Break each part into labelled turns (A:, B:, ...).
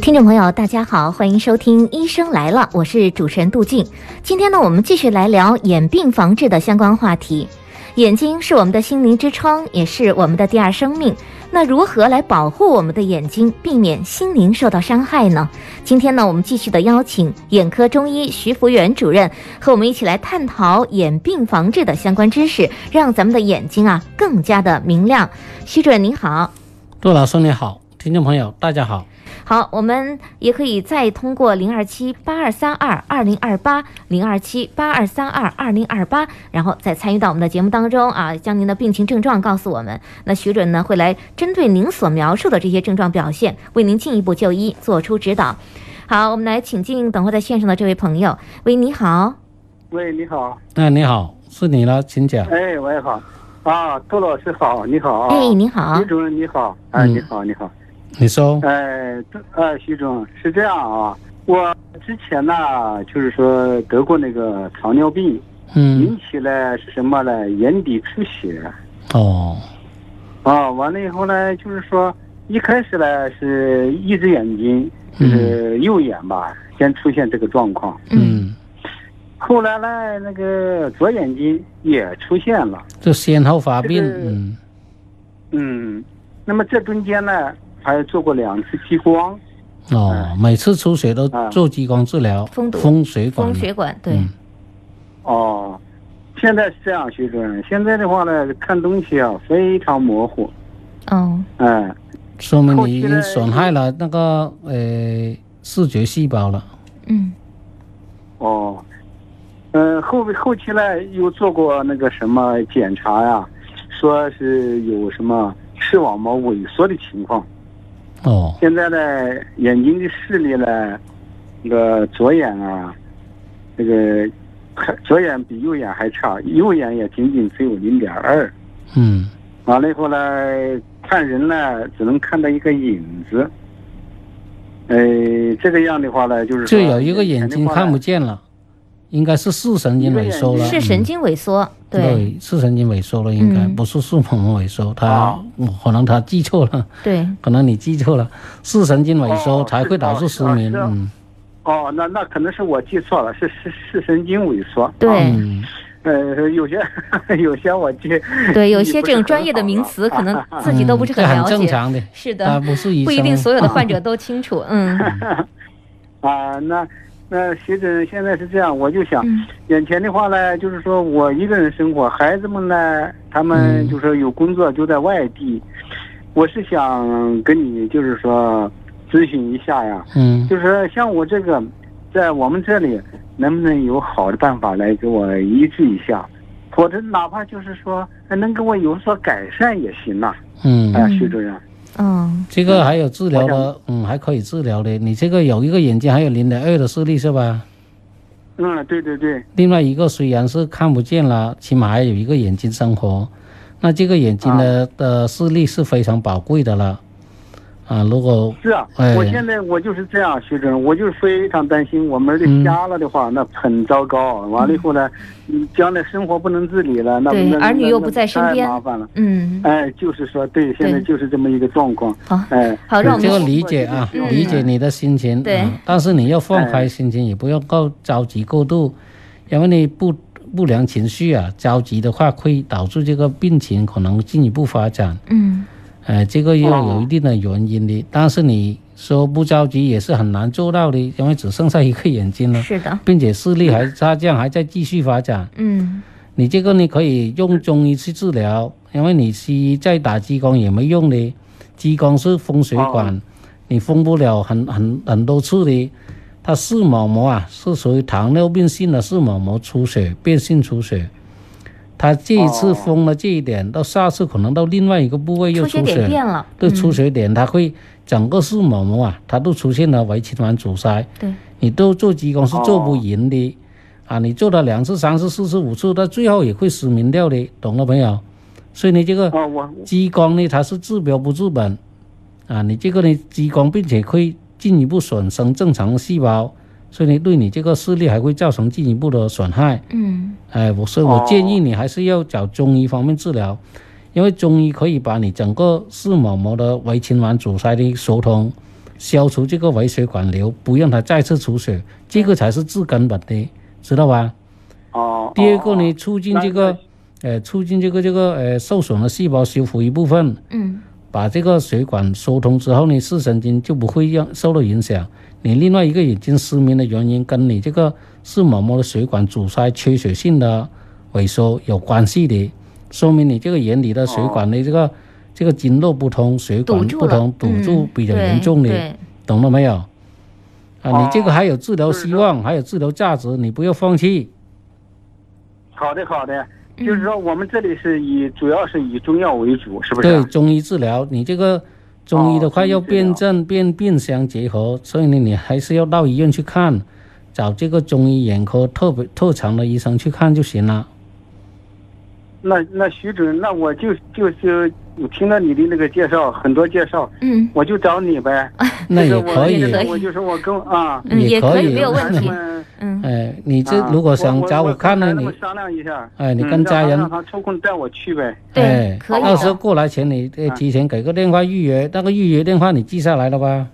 A: 听众朋友，大家好，欢迎收听《医生来了》，我是主持人杜静。今天呢，我们继续来聊眼病防治的相关话题。眼睛是我们的心灵之窗，也是我们的第二生命。那如何来保护我们的眼睛，避免心灵受到伤害呢？今天呢，我们继续的邀请眼科中医徐福元主任和我们一起来探讨眼病防治的相关知识，让咱们的眼睛啊更加的明亮。徐主任您好。
B: 杜老师你好，听众朋友大家好。
A: 好，我们也可以再通过零二七八二三二二零二八零二七八二三二二零二八，然后再参与到我们的节目当中啊，将您的病情症状告诉我们。那徐主任呢会来针对您所描述的这些症状表现，为您进一步就医做出指导。好，我们来请进等候在线上的这位朋友。喂，你好。
C: 喂，你好，
B: 哎，你好，是你了，请讲。
C: 哎，喂，好，啊，杜老师好，你好，
A: 哎，你好嗯
C: 徐。主任你好，哎，
B: 嗯
C: 你好，你好，
B: 你说，
C: 哎，杜呃，徐总是这样啊，我之前呢，就是说得过那个糖尿病，
B: 嗯
C: 引，起了是什么呢？眼底出血
B: 哦，
C: 啊，完了以后呢，就是说一开始呢是一只眼睛，
A: 嗯
C: 就是右眼吧，先出现这个状况，
B: 嗯，
C: 后来呢，那个左眼睛也出现了。
B: 就先后发病，
C: 这个
B: 嗯，
C: 嗯，那么这中间呢，还做过两次激光，
B: 哦，每次出血都
C: 啊
B: 做激光治疗，
A: 封堵
B: 封水管
A: 风
B: 嘛，
A: 血管对，
B: 嗯
C: 哦，现在是这样，徐主任，现在的话呢，看东西啊非常模糊，
A: 哦，
C: 嗯，
B: 说明你已
C: 后期
B: 经
C: 呢
B: 损害了那个呃视觉细胞了。
A: 嗯
C: 哦，嗯、后后期呢又做过那个什么检查呀、说是有什么视网膜萎缩的情况，
B: 哦，
C: 现在呢眼睛的视力呢，那个左眼啊，那个还左眼比右眼还差，右眼也仅仅只有零点二。
B: 嗯，
C: 完了以后呢，看人呢，只能看到一个影子。呃，这个样的话呢，就是
B: 就
C: 说
B: 有一个眼睛看不见了，应该是视神经萎缩了，
A: 视
B: 嗯
A: 神经萎缩对
B: 对，视神经萎缩了，应该
A: 嗯
B: 不是视网膜萎缩，他
C: 哦
B: 可能他记错了。
A: 对，
B: 可能你记错了，视神经萎缩
C: 哦
B: 才会导致失明。
C: 是哦
B: 嗯
C: 哦，那那可能是我记错了，是视视神经萎缩。
A: 对
B: 嗯，
C: 呃，有些 有些我记
A: 对，有
C: 你
A: 些
C: 不
A: 这种
C: 是
A: 专
C: 很
A: 业的
C: 好啊
A: 名
C: 了
A: 词可能自己都不是
B: 这
A: 很了
B: 很
A: 解。
B: 正常的，
A: 是
B: 他
A: 的，
B: 不是啊医生，
A: 不一定所有的患者都清 楚。嗯
C: 啊、那那徐主任现在是这样，我就想，
A: 嗯
C: 眼前的话呢，就是说我一个人生活，孩子们呢，他们
B: 嗯
C: 就说有工作就在外地，我是想跟你就是说咨询一下呀，
B: 嗯
C: 就是说像我这个，在我们这里能不能有好的办法来给我医治一下，或者哪怕就是说呃能给我有所改善也行呐、
B: 嗯
C: 哎呀，
A: 嗯
C: 徐主任，
A: 嗯，
B: 这个还有治疗
C: 我
B: 的，嗯，还可以治疗的。你这个有一个眼睛还有零点二的视力是吧？
C: 嗯，对对对，
B: 另外一个虽然是看不见了，起码还有一个眼睛生活。那这个眼睛
C: 啊
B: 的的视力是非常宝贵的了，啊，如果
C: 是啊，
B: 哎
C: 我现在我就是这样，徐主任，我就是非常担心我们的
B: 嗯
C: 瞎了的话，那很糟糕。完了以后呢，嗯，将来生活不能自理了，那
A: 对
C: 那那
A: 儿女又不
C: 那
A: 在身边
C: 太麻烦了。
A: 嗯，
C: 哎，就是说，对，现
A: 对
C: 在
A: 呃
C: 就是这么一个状况。
A: 好，
C: 哎，
A: 好让我们
B: 这个理解啊，
A: 嗯
B: 理解你的心情。
A: 对
B: 嗯但是你要放开心情，也不要够着急过度，因为你不不良情绪啊，着急的话会导致这个病情可能进一步发展。
A: 嗯
B: 呃，这个要
C: 哦
B: 有一定的原因的。但是你说不着急也是很难做到的，因为只剩下一个眼睛了，
A: 是的，
B: 并且视力还下降，还在继续发展。
A: 嗯
B: 你这个你可以用中医去治疗，因为你西医再打激光也没用的，激光是封水管，你封不了很很很多次的。它视网膜啊是属于糖尿病性的视网膜出血，变性出血，它这一次
C: 哦
B: 封了这一点，到下次可能到另外一个部位又
A: 出血
B: 出
A: 点
B: 血，
A: 变了，
B: 对，
A: 嗯
B: 出血点它会整个视网膜啊，它都出现了微循环阻塞，
A: 对，
B: 你都做激光是做不赢的，啊，你做了两次、三次、四次、五次，它最后也会失明掉的，懂了没有？所以呢，这个
C: 啊，我
B: 激光呢，它是治标不治本，啊，你这个呢激光，并且会进一步损伤正常的细胞，所以呢，对你这个视力还会造成进一步的损害。
A: 嗯，
B: 哎，我所以我建议你还是要找中医方面治疗，因为中医可以把你整个视网膜的微循环阻塞的疏通，消除这个微血管瘤，不让它再次出血，这个才是治根本的，知道吧？
C: 哦。
B: 第二个呢，
C: 哦，
B: 促进这
C: 那
B: 个，呃，促进这个这个呃受损的细胞修复一部分，
A: 嗯，
B: 把这个血管疏通之后呢，视神经就不会让受到影响。你另外一个眼睛失明的原因跟你这个视网膜的血管阻塞、缺血性的萎缩有关系的，说明你这个眼里的血管的这个、这个经络不通，血管
A: 堵住
B: 不
A: 了
B: 通，，堵住
A: 嗯
B: 比较
A: 对
B: 严重的，
A: 对
B: 懂了没有？啊，
C: 哦
B: 你这个还有治疗
C: 就是
B: 希
C: 说
B: 望，还有治疗价值，你不要放弃。
C: 好的好的，
A: 嗯
C: 就是说我们这里是以主要是以中药为主，是不是？啊
B: 对哦中医治疗，你这个中医的话
C: 哦中医
B: 要
C: 治疗
B: 辩证、辨病相结合，所以呢，你还是要到医院去看，找这个中医眼科特别特长的医生去看就行 了。
C: 那那徐主任，那我就就是我听了你的那个介绍，很多介绍，
A: 嗯
C: 我就找你 呗。
B: 那
C: 就是
B: 也
C: 我
B: 可
A: 也
B: 以
A: 可，以
C: 我就是我跟啊，
A: 嗯，也
B: 也
A: 可
B: 可
A: 以，
B: 以
A: 没有问题
C: 咱，们
A: 嗯，
B: 哎，你这
C: 啊
B: 如果想找
C: 我
B: 我看呢，
C: 我
B: 你
C: 我商量一下，
B: 哎你
C: 嗯
B: 跟家人
C: 让他让他抽空带我去呗。
A: 对
B: 哎，，
A: 可以
B: 到时候
A: 的，
B: 过来前你呃
C: 啊
B: 提前给个电话预约，那个预约电话你记下来了吧？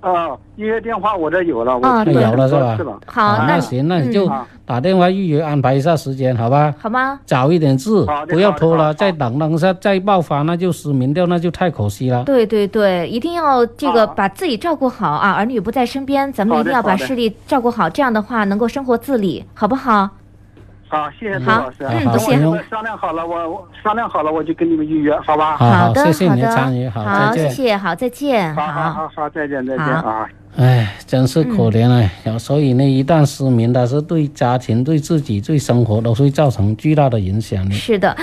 C: 啊，预约电话我这有了，
A: 啊
C: 我去
A: 对
C: 很多
B: 有了是
C: 次
B: 吧
C: 了。
A: 好，
B: 啊
A: 那
B: 那
A: 你
B: 行，那你就
C: 嗯
B: 打电话预约安排一下时间，好吧？
A: 好吗？
B: 早一点治
C: 好，的
B: 不要
C: 好的
B: 拖
C: 好
B: 了，
C: 的
B: 再等等一下再爆发，那就失明掉，那就太可惜了。
A: 对对对，一定要这个
C: 好
A: 把自己照顾好啊！儿女不在身边，咱们一
C: 好的
A: 定要把
C: 好的
A: 视力照顾好，这样的话能够生活自理，好不好？
C: 好，谢谢杜
A: 好
C: 老师。
A: 嗯
C: 等
A: 不
C: 我
A: 行
C: 等我商量好了，我我商量好了，我就跟你们预约，好吧？
B: 好好
A: 的，
B: 谢谢
A: 好
B: 您
A: 的，
B: 参与好再
A: 谢
B: 见
A: 谢，好，再见，
C: 好好好好，再见再见
A: 好
C: 啊！
B: 唉，哎真是可怜啊！
A: 嗯
B: 有所以呢，一旦失明，它是对家庭、对自己、对生活都会造成巨大的影响的。
A: 是的，